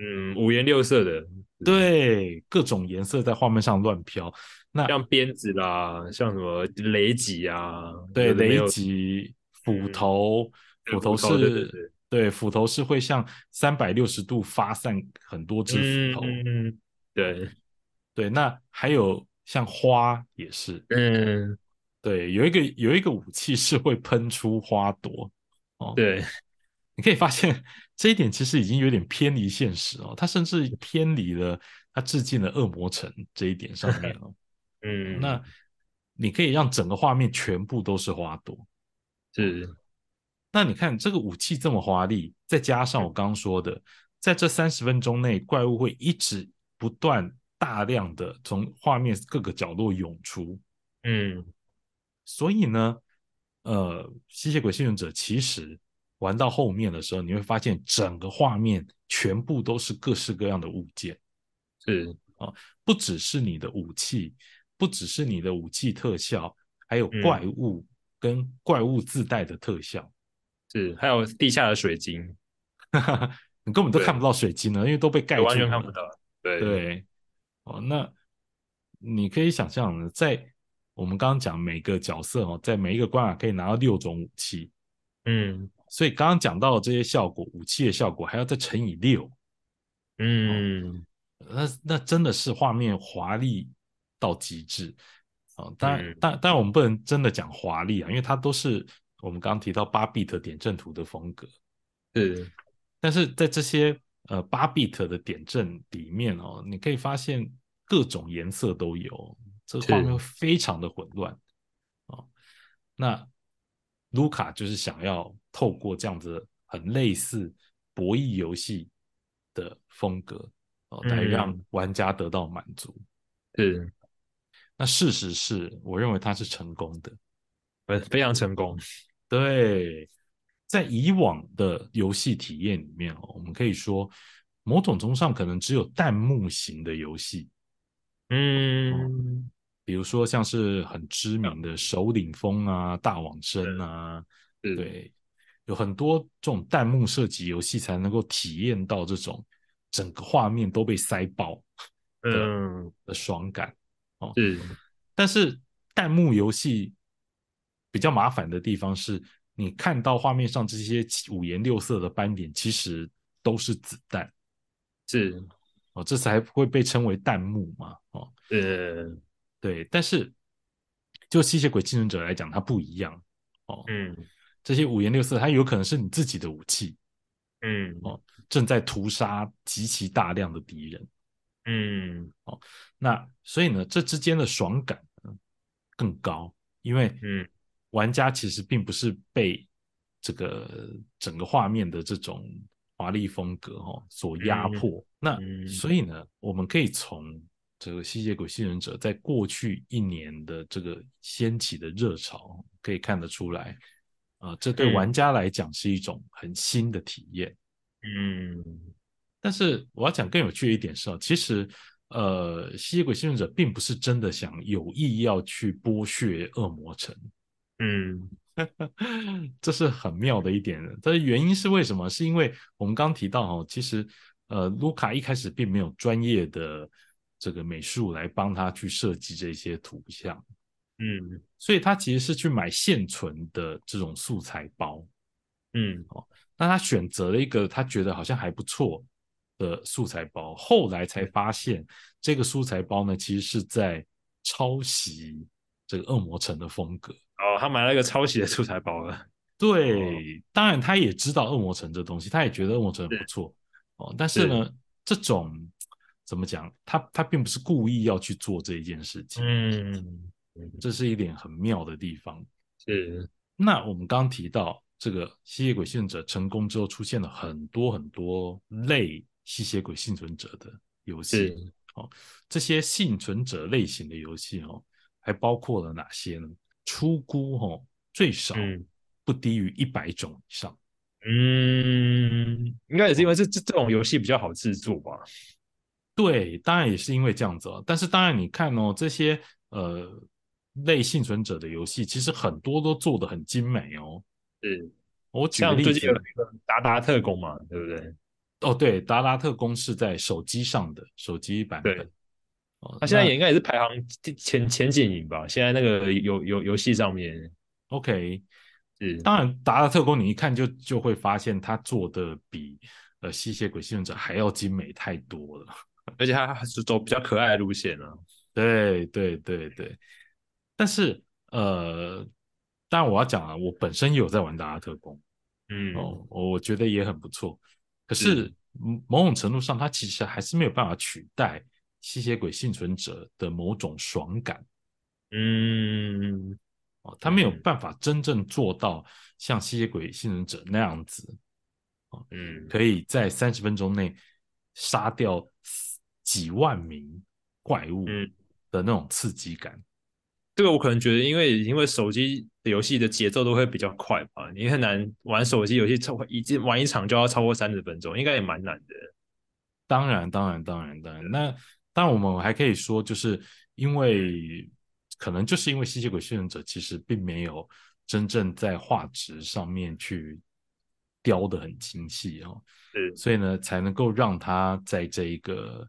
C: 嗯，五颜六色的，
A: 对，各种颜色在画面上乱飘。那
C: 像鞭子啦，像什么雷击啊，
A: 对
C: 有的没有
A: 雷，击、斧
C: 嗯
A: 头，
C: 对
A: 斧头
C: 斧头对对
A: 是
C: 对，
A: 对，斧头是会向三百六十度发散很多只
C: 嗯
A: 斧头。
C: 嗯，对，
A: 对，那还有像花也是，
C: 嗯，
A: 对，有一个有一个武器是会喷出花朵。
C: 对，
A: 你可以发现这一点其实已经有点偏离现实哦，它甚至偏离了它致敬了恶魔城这一点上面哦。
C: (laughs) 嗯，
A: 那你可以让整个画面全部都是花朵。
C: 是，
A: 那你看这个武器这么华丽，再加上我刚刚说的，在这三十分钟内，怪物会一直不断大量的从画面各个角落涌出，
C: 嗯，
A: 所以呢，呃，吸血鬼幸存者其实玩到后面的时候，你会发现整个画面全部都是各式各样的物件，
C: 是，
A: 不只是你的武器，不只是你的武器特效，还有
C: 嗯
A: 怪物跟怪物自带的特效。
C: 是，还有地下的水晶，
A: 你根本都
C: 对
A: 看不到水晶了，因为都被盖住了，
C: 完全看不到。对，
A: 对，哦，那你可以想象，在我们刚刚讲每个角色哦，在每一个关卡可以拿到六种武器，
C: 嗯
A: 所以刚刚讲到的这些效果，武器的效果还要再乘以六，
C: 嗯，
A: 那那真的是画面华丽到极致哦。当然
C: 嗯，
A: 但但我们不能真的讲华丽啊，因为它都是我们刚刚提到八 bit 点阵图的风格。
C: 是，
A: 但是在这些呃八 bit 的点阵里面哦，你可以发现各种颜色都有，这个
C: 是
A: 画面非常的混乱哦。那卢卡就是想要透过这样子很类似博弈游戏的风格哦，来
C: 嗯
A: 让玩家得到满足。
C: 是，
A: 那事实是我认为它是成功的，
C: 非呃非常成功。
A: 对，在以往的游戏体验里面哦，我们可以说，某种程度上可能只有弹幕型的游戏，
C: 嗯，
A: 比如说像是很知名的首领风啊、大网生啊，
C: 是，
A: 对，有很多这种弹幕射击游戏才能够体验到这种整个画面都被塞爆
C: 嗯，
A: 的爽感。
C: 是，
A: 但是弹幕游戏比较麻烦的地方是，你看到画面上这些五颜六色的斑点，其实都是子弹
C: 是
A: 哦，这才会被称为弹幕嘛哦，
C: 呃
A: 对，但是就吸血鬼幸存者来讲，它不一样哦，
C: 嗯
A: 这些五颜六色，它有可能是你自己的武器，
C: 嗯
A: 正在屠杀极其大量的敌人。
C: 嗯
A: 那所以呢，这之间的爽感呃更高，因为
C: 嗯
A: 玩家其实并不是被这个整个画面的这种华丽风格哦所压迫。那
C: 嗯
A: 所以呢，我们可以从这个吸血鬼幸存者在过去一年的这个掀起的热潮哦可以看得出来，呃，这对
C: 嗯
A: 玩家来讲是一种很新的体验。
C: 嗯
A: 但是我要讲更有趣的一点是哦，其实呃，吸血鬼幸存者并不是真的想有意要去剥削恶魔城，
C: 嗯
A: 这是很妙的一点。但是原因是为什么？是因为我们刚刚提到哦，其实呃，卢卡一开始并没有专业的这个美术来帮他去设计这些图像，
C: 嗯
A: 所以他其实是去买现存的这种素材包。
C: 嗯
A: 那他选择了一个他觉得好像还不错的素材包，后来才发现这个素材包呢，其实是在抄袭这个恶魔城的风格。
C: 哦，他买了一个抄袭的素材包了，哦
A: 对，当然他也知道恶魔城这东西，他也觉得恶魔城不错哦，但是呢，这种怎么讲，他他并不是故意要去做这一件事情，
C: 嗯
A: 这是一点很妙的地方。
C: (laughs) 是
A: 那我们刚刚提到这个吸血鬼幸存者成功之后，出现了很多很多类吸血鬼幸存者的游戏哦
C: 是。
A: 这些幸存者类型的游戏哦，还包括了哪些呢？出估哦，最少
C: 嗯
A: 不低于一百种以上。
C: 嗯，应该也是因为这这这种游戏比较好制作吧，
A: 对，当然也是因为这样子哦。但是当然，你看哦，这些呃类幸存者的游戏，其实很多都做得很精美哦。
C: 是
A: 我举个
C: 像
A: 例
C: 最
A: 子，啊
C: 近有那个达达特工嘛，对不对？
A: 哦，对，达拉特工是在手机上的手机版
C: 对
A: 本。哦，
C: 他现在
A: 那
C: 也应该也是排行第前前几名吧，现在那个游游游戏上面
A: OK。
C: 是
A: 当然，达拉特工你一看就就会发现，他做的比呃吸血鬼幸存者还要精美太多了。 (laughs)
C: 而且他是走比较可爱的路线啊。
A: 对对对对，但是呃，当然我要讲啊，我本身也有在玩达拉特工
C: 嗯，
A: 哦，我觉得也很不错。可是
C: 嗯
A: 某种程度上，它其实还是没有办法取代吸血鬼幸存者的某种爽感。
C: 嗯，
A: 哦，他没有
C: 嗯
A: 办法真正做到像吸血鬼幸存者那样子，
C: 嗯，
A: 可以在三十分钟内杀掉几万名怪物
C: 嗯
A: 的那种刺激感。
C: 这个我可能觉得，因为因为手机的游戏的节奏都会比较快吧，你很难玩手机游戏超过一进玩一场就要超过三十分钟，应该也蛮难的。
A: 当然，当然，当然，当然。那当然，我们还可以说，就是因为可能就是因为吸血鬼幸存者其实并没有真正在画质上面去雕的很精细哦，
C: 是
A: 所以呢，才能够让它在这一个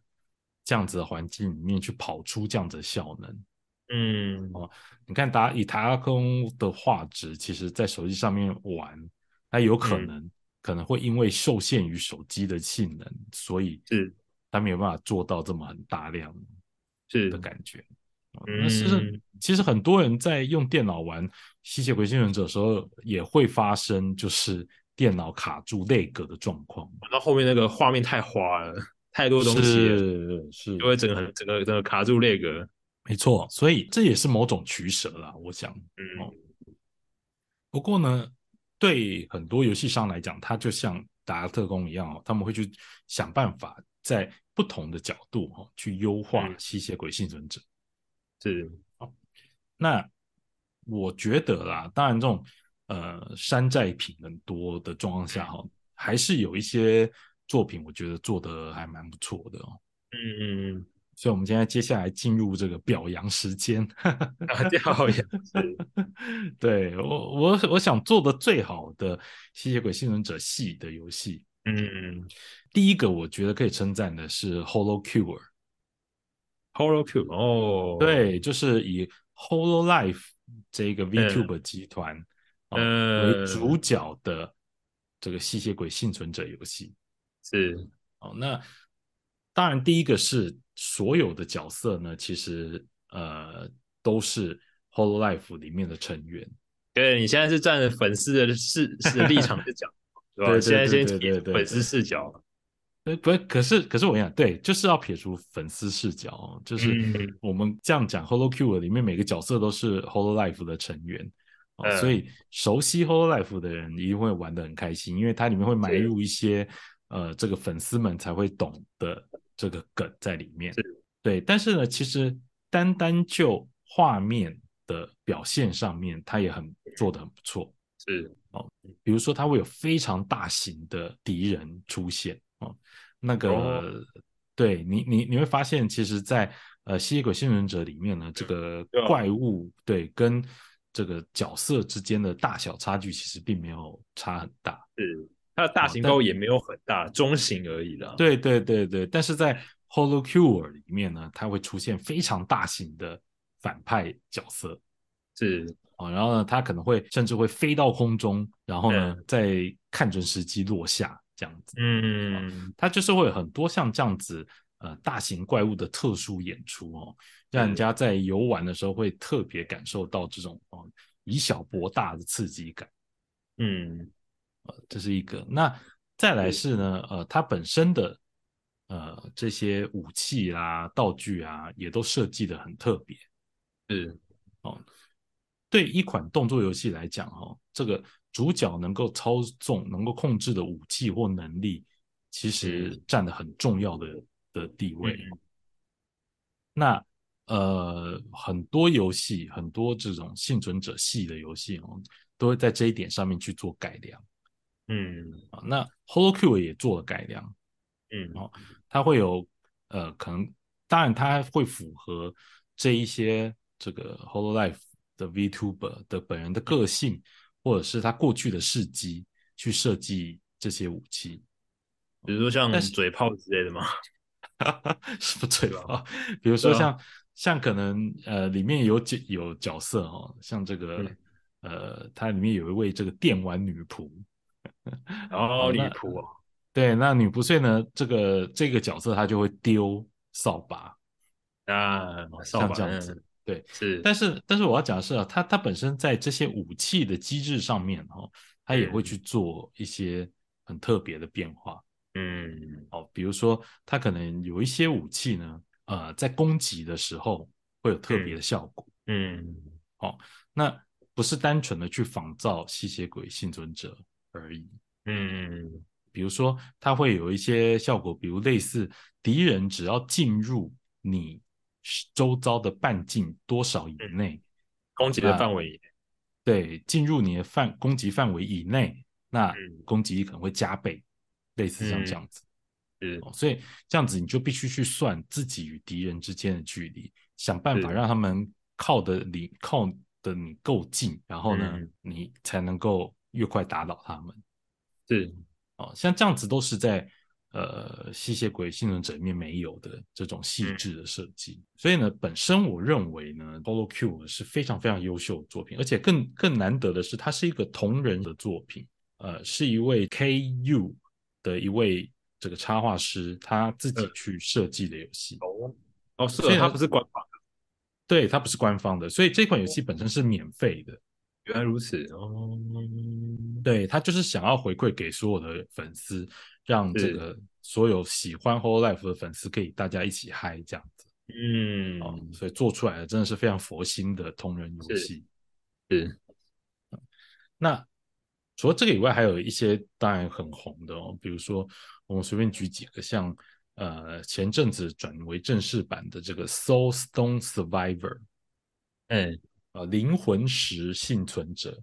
A: 这样子的环境里面去跑出这样子的效能。
C: 嗯
A: 哦你看达以达拉空的画质，其实在手机上面玩，它有可能、可能会因为受限于手机的性能，所以
C: 是
A: 它没有办法做到这么很大量
C: 是
A: 的感觉。哦
C: 嗯
A: 那事实上，其实很多人在用电脑玩《吸血鬼幸存者》的时候，也会发生就是电脑卡住内格的状况。
C: 玩到后面那个画面太花了，太多东西啊了，
A: 是是
C: 就，会整个很整个整个卡住那个。
A: 没错，所以这也是某种取舍啦，我想。哦
C: 嗯
A: 不过呢，对很多游戏商来讲，它就像达特工一样哦，他们会去想办法在不同的角度哦去优化
C: 嗯
A: 吸血鬼幸存者。
C: 是
A: 那我觉得啦，当然这种呃山寨品很多的状况下哈、哦，还是有一些作品我觉得做的还蛮不错的哦。
C: 嗯嗯
A: 所以，我们现在接下来进入这个表扬时间。 (laughs)
C: 嗯，打掉也是
A: 对我，我我想做的最好的吸血鬼幸存者系的游戏，
C: 嗯
A: 第一个我觉得可以称赞的是 Holo Cure，
C: ，Horror Cube 哦，
A: 对，就是以 Holo Life 这个 VTube 集团、啊
C: 嗯
A: 为主角的这个吸血鬼幸存者游戏。
C: 是
A: 哦，那当然，第一个是所有的角色呢，其实呃都是 Hollow Life 里面的成员。
C: 对，你现在是站粉丝的视是立场去讲，对吧？
A: 对对
C: 现在
A: 对
C: 先
A: 对
C: 以
A: 对对
C: 粉丝视角，
A: 呃，不，可是可是我跟你讲，对，就是要撇除粉丝视角哦，就是
C: 嗯
A: 我们这样讲 Holo Q 里面每个角色都是 Holo Life 的成员。哦、
C: 嗯
A: 所以熟悉 Holo Life 的人一定会玩得很开心，因为它里面会埋
C: 是
A: 入一些呃这个粉丝们才会懂的这个梗在里面。对，但是呢，其实单单就画面的表现上面，它也很做得很不错。
C: 是
A: 比如说它会有非常大型的敌人出现哦，那个、
C: 哦
A: 对你你你会发现，其实在，呃《吸血鬼幸存者》里面呢，这个
C: 对啊
A: 怪物对跟这个角色之间的大小差距其实并没有差很大。
C: 是，它的大型
A: 但
C: 购也没有很大，中型而已啦。
A: 对对对对，但是在 Hollow Cure 里面呢，它会出现非常大型的反派角色。
C: 是
A: 哦，然后呢，它可能会甚至会飞到空中，然后呢，
C: 嗯
A: 再看准时机落下这样子。
C: 嗯，
A: 它就是会有很多像这样子呃大型怪物的特殊演出哦，让人家在游玩的时候会特别感受到这种哦以小博大的刺激感，
C: 嗯，
A: 这是一个。那再来是呢，呃，它本身的呃这些武器啦、道具啊，也都设计的很特别。哦
C: 是
A: 对一款动作游戏来讲，哦，这个主角能够操纵、能够控制的武器或能力，其实
C: 嗯
A: 占了很重要的的地位。
C: 嗯
A: 那呃，很多游戏，很多这种幸存者系的游戏哦，都会在这一点上面去做改良
C: 嗯
A: 啊。那 Holo Q 也做了改良，
C: 嗯
A: 哦它会有呃，可能当然它会符合这一些这个 Holo Life 的 VTuber 的本人的个性，或者是他过去的事迹去设计这些武器， (laughs)
C: 比如说像
A: 但是
C: 嘴炮之类的嘛，
A: 什么嘴
C: 对
A: 巴？比如说
C: 对啊
A: 像、像可能呃里面有角有角色哦，像这个、
C: 嗯
A: 呃，它里面有一位这个电玩女仆，
C: 然后
A: 哦
C: 离
A: 那
C: 谱哦，
A: 对，那女仆所以呢，这个这个角色她就会丢扫把，
C: 那扫
A: 像
C: 把
A: 这样
C: 嗯
A: 子。对，
C: 是，
A: 但是，但是我要讲的是啊，它它本身在这些武器的机制上面哦，它也会去做一些很特别的变化
C: 嗯
A: 哦，比如说它可能有一些武器呢，呃，在攻击的时候会有特别的效果，
C: 嗯
A: 那不是单纯的去仿造吸血鬼幸存者而已，
C: 嗯
A: 比如说它会有一些效果，比如类似敌人只要进入你周遭的半径多少以
C: 嗯
A: 内。
C: 攻击的
A: 那
C: 范围也，
A: 对，进入你的范攻击范围以内，那
C: 嗯
A: 攻击可能会加倍，类似像这样子、
C: 是
A: 哦。所以这样子你就必须去算自己与敌人之间的距离，想办法
C: 是
A: 让他们靠的离靠的你够近，然后呢，
C: 嗯
A: 你才能够越快打倒他们。
C: 是，
A: 哦，像这样子都是在呃吸血鬼幸存者里面没有的这种细
C: 嗯
A: 致的设计。所以呢，本身我认为呢，《Holo Q》是非常非常优秀的作品，而且更更难得的是，它是一个同人的作品，呃，是一位 KU 的一位这个插画师他自己
C: 嗯
A: 去设计的游戏。
C: 哦哦是
A: 所以
C: 哦，
A: 呢
C: 它不是官方，
A: 对，它不是官方的，所以这款游
C: 哦
A: 戏本身是免费的。
C: 原来如此哦，
A: 对他就是想要回馈给所有的粉丝，让这
C: 是
A: 个所有喜欢《Whole Life》的粉丝可以大家一起嗨这样子
C: 嗯
A: 哦，所以做出来的真的是非常佛心的同人游
C: 是
A: 戏。嗯
C: 是
A: 那除了这个以外，还有一些当然很红的哦，比如说我们随便举几个，像呃前阵子转为正式版的这个《Soul Stone Survivor》
C: 哎
A: 啊，灵魂石幸存者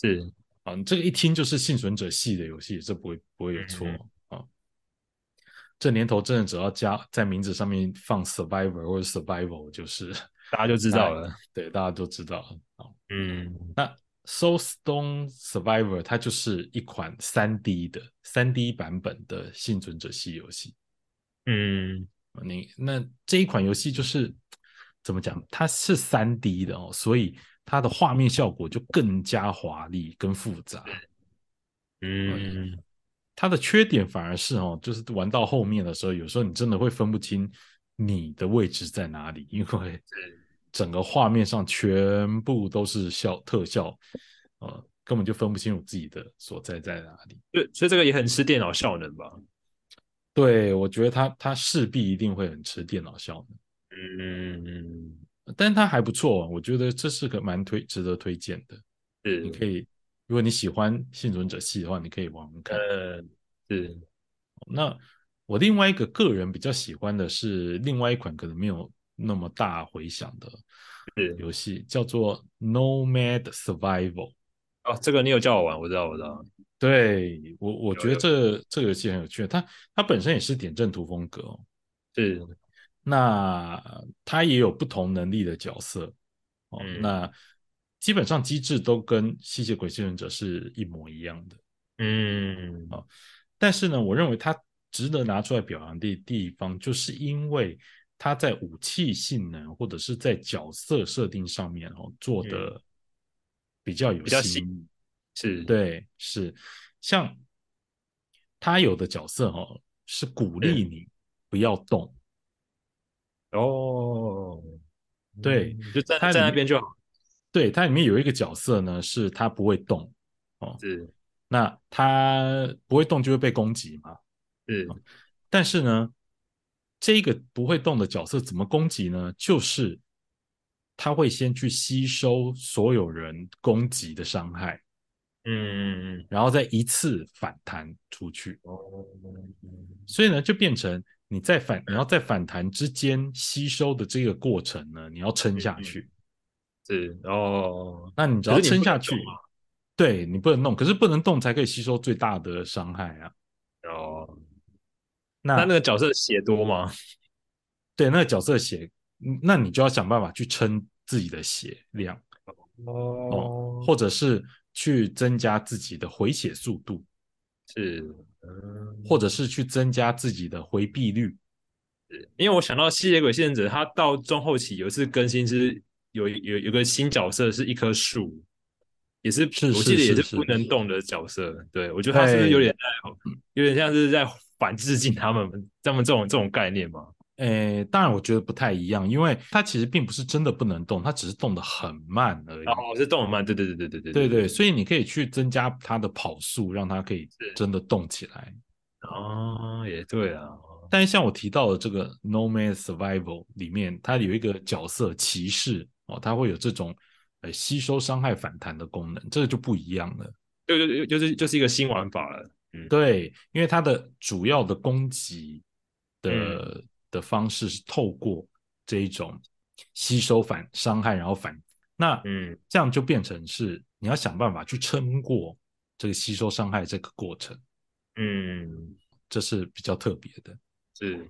C: 是
A: 啊，你这个一听就是幸存者系的游戏，这不会不会有错
C: 嗯
A: 啊。这年头真的只要加在名字上面放 survivor 或者 survival，就是
C: 大家就 (laughs) 知道了，
A: 对大家都知道了。好
C: 嗯
A: ，Soulstone Survivor 它就是一款三 D 的三 D 版本的幸存者系游戏。
C: 嗯
A: 啊你那这一款游戏就是怎么讲，它是三 D 的哦，所以它的画面效果就更加华丽跟复杂。
C: 嗯，
A: 哦它的缺点反而是哦，就是玩到后面的时候，有时候你真的会分不清你的位置在哪里，因为 (laughs) 整个画面上全部都是效特效，呃，根本就分不清我自己的所在在哪里。
C: 对，所以这个也很吃电脑效能吧？
A: 对，我觉得它它势必一定会很吃电脑效
C: 嗯，
A: 能，但它还不错，我觉得这是个蛮推值得推荐的。
C: 是
A: 你可以，如果你喜欢幸存者系的话，你可以玩玩看。
C: 呃，是
A: 那我另外一个个人比较喜欢的是另外一款可能没有那么大回响的
C: 是
A: 游戏，叫做《Nomad Survival》。
C: 哦，这个你有叫我玩，我知道，我知道，
A: 对我，我
C: 有
A: 觉得
C: 有
A: 这这个游戏很有趣，它它本身也是点阵图风格哦。
C: 是
A: 那它也有不同能力的角色哦。
C: 嗯
A: 那基本上机制都跟《吸血鬼幸存者》是一模一样的。
C: 嗯，
A: 但是呢，我认为它值得拿出来表扬的地方，就是因为它在武器性能或者是在角色设定上面哦做的比较有
C: 嗯比较
A: 新
C: 新
A: 意。
C: 是，
A: 对，是像它有的角色哦是鼓励
C: 嗯
A: 你不要动，
C: 哦，
A: 对
C: 嗯，就站
A: 它里
C: 在那
A: 面
C: 边就好，
A: 对，它里面有一个角色呢是它不会动，
C: 是
A: 那它不会动就会被攻击嘛，
C: 是
A: 但是呢，这个不会动的角色怎么攻击呢？就是他会先去吸收所有人攻击的伤害，
C: 嗯嗯
A: 然后再一次反弹出去。
C: 嗯，
A: 所以呢，就变成你在反你要在反弹之间吸收的这个过程呢，你要撑下去。
C: 是哦，
A: 那你只
C: 嗯
A: 要
C: 可是你
A: 撑
C: 不
A: 下
C: 能
A: 去
C: 动，啊
A: 对你不能动，可是不能动才可以吸收最大的伤害啊。
C: 哦，
A: 那
C: 那那个角色血多吗？
A: 对那个角色的血，嗯那你就要想办法去撑自己的血量。
C: 哦
A: 或者是去增加自己的回血速度，
C: 是，嗯
A: 或者是去增加自己的回避率。
C: 因为我想到《吸血鬼幸存者》，他到中后期有一次更新是有一有有个新角色是一棵树，也是
A: 是
C: 我
A: 是
C: 记得也
A: 是
C: 是
A: 是
C: 不能动的角色。对，我觉得他是不是
A: 对
C: 有点在有点像是在反致敬他们他们这种这种概念嘛？
A: 诶，当然我觉得不太一样，因为它其实并不是真的不能动，它只是动得很慢而已。
C: 哦，是动很慢，对对对对对
A: 对
C: 对
A: 对，所以你可以去增加它的跑速，让它可以
C: 是
A: 真的动起来。
C: 哦，也对啊，
A: 但是像我提到的这个《No Man Survival》里面，它有一个角色骑士哦，它会有这种呃吸收伤害反弹的功能，这个就不一样了。
C: 就就就是就是一个新玩法了。
A: 对，因为它的主要的攻击的、的方式是透过这一种吸收反伤害，然后反那
C: 嗯，
A: 这样就变成是你要想办法去撑过这个吸收伤害这个过程，
C: 嗯，
A: 这是比较特别的。
C: 是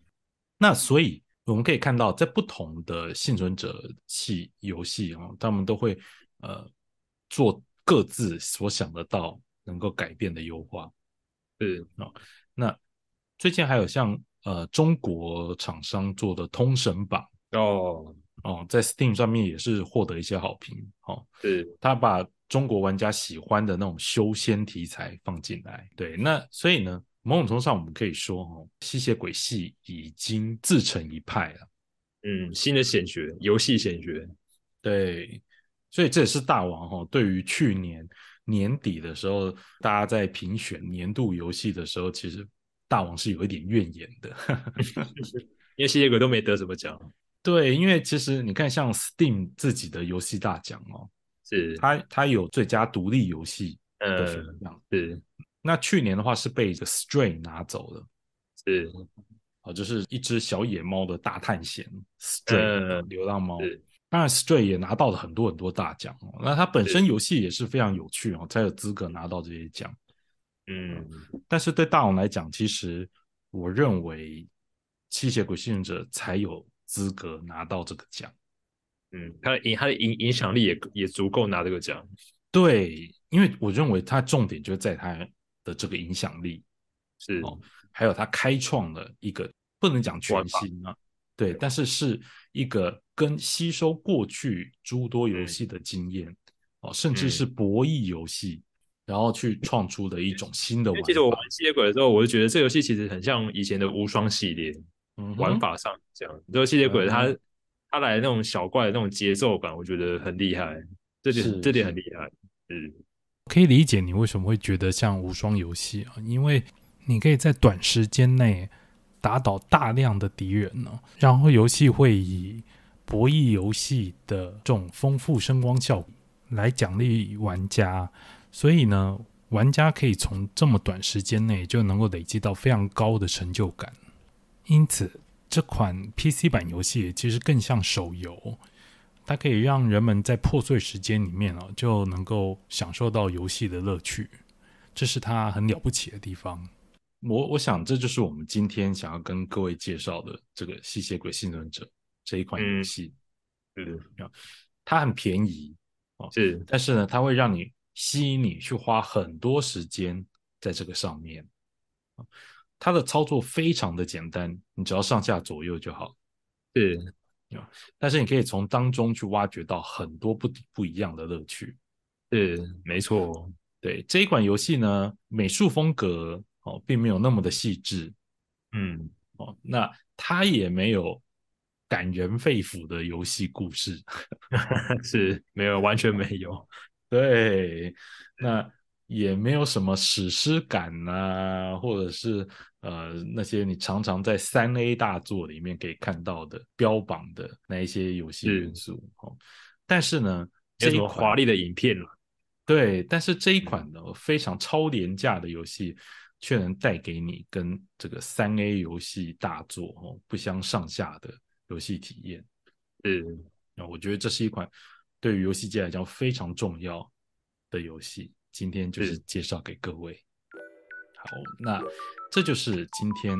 A: 那所以我们可以看到，在不同的幸存者系游戏哦，他们都会呃做各自所想得到能够改变的优化。
C: 是，
A: 那最近还有像呃中国厂商做的《通神榜
C: 哦，》
A: 哦，在 Steam 上面也是获得一些好评哦。
C: 是
A: 他把中国玩家喜欢的那种修仙题材放进来，对，那所以呢，某种程度上我们可以说哦，吸血鬼系已经自成一派了。
C: 嗯，新的显学，游戏显学，
A: 对，所以这也是大王哈、对于去年年底的时候，大家在评选年度游戏的时候，其实大王是有一点怨言的。
C: 因为吸血鬼都没得什么奖，
A: 对，因为其实你看，像 Steam 自己的游戏大奖哦，
C: 是，
A: 它它有最佳独立游戏的选
C: 嗯，
A: 项。
C: 是
A: 那去年的话是被这个 Stray 拿走了，
C: 是
A: 哦，就是一只小野猫的大探险 Stray、
C: 嗯
A: 流浪猫。
C: 是，
A: 当然，Stray 也拿到了很多很多大奖哦。那它本身游戏也是非常有趣哦，才有资格拿到这些奖。
C: 嗯，
A: 但是对大王来讲，其实我认为吸血鬼幸存者才有资格拿到这个奖。
C: 嗯，他的影他的影影响力也也足够拿这个奖，
A: 对，因为我认为它重点就在它的这个影响力，
C: 是
A: 哦还有它开创了一个不能讲全新啊，对，但是是一个跟吸收过去诸多游戏的经验，
C: 嗯
A: 哦，甚至是博弈游戏，然后去创出的一种新的
C: 因为
A: 玩
C: 其实我
A: 法。
C: 玩吸血鬼的时候，我就觉得这游戏其实很像以前的无双系列，
A: 嗯哼
C: 玩法上这样。这个吸血鬼
A: 嗯
C: 它、它来那种小怪的那种节奏感，我觉得很厉害，这
A: 是
C: 点这点
A: 是
C: 很厉害。嗯，
D: 可以理解你为什么会觉得像无双游戏啊，因为你可以在短时间内打倒大量的敌人呢、然后游戏会以博弈游戏的这种丰富声光效果来奖励玩家，所以呢，玩家可以从这么短时间内就能够累积到非常高的成就感。因此，这款 PC 版游戏其实更像手游，它可以让人们在破碎时间里面哦，就能够享受到游戏的乐趣，这是它很了不起的地方。
A: 我我想这就是我们今天想要跟各位介绍的这个《吸血鬼幸存者》这一款游
C: 嗯
A: 戏，
C: 是
A: 它很便宜，
C: 是，
A: 但是呢，它会让你吸引你去花很多时间在这个上面。啊它的操作非常的简单，你只要上下左右就好。啊
C: 是，
A: 但是你可以从当中去挖掘到很多不不一样的乐趣。
C: 是，没错，
A: 对这一款游戏呢，美术风格哦并没有那么的细致
C: 嗯， (laughs)
A: 哦，那它也没有感人肺腑的游戏故事。
C: 是没有，完全没有，
A: 对，那也没有什么史诗感呐、或者是呃那些你常常在三 A 大作里面可以看到的标榜的那一些游戏
C: 是
A: 元素哦。但是呢，
C: 没
A: 这
C: 有
A: 一
C: 什么嗯
A: 款
C: 华丽的影片了。
A: 对，但是这一款呢非常超廉价的游戏，却能带给你跟这个三 A 游戏大作哦不相上下的游戏体验。
C: 是，
A: 那我觉得这是一款对于游戏界来讲非常重要的游戏。今天就是
C: 是
A: 介绍给各位。好，那这就是今天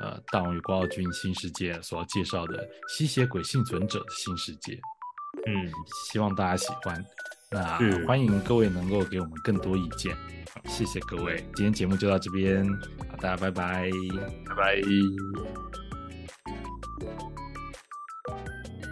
A: 呃大王与国奥君新世界所要介绍的《吸血鬼幸存者的新世界》，
C: 嗯，
A: 希望大家喜欢。那
C: 是
A: 欢迎各位能够给我们更多意见，好谢谢各位。今天节目就到这边，好，大家拜拜。
C: 拜拜。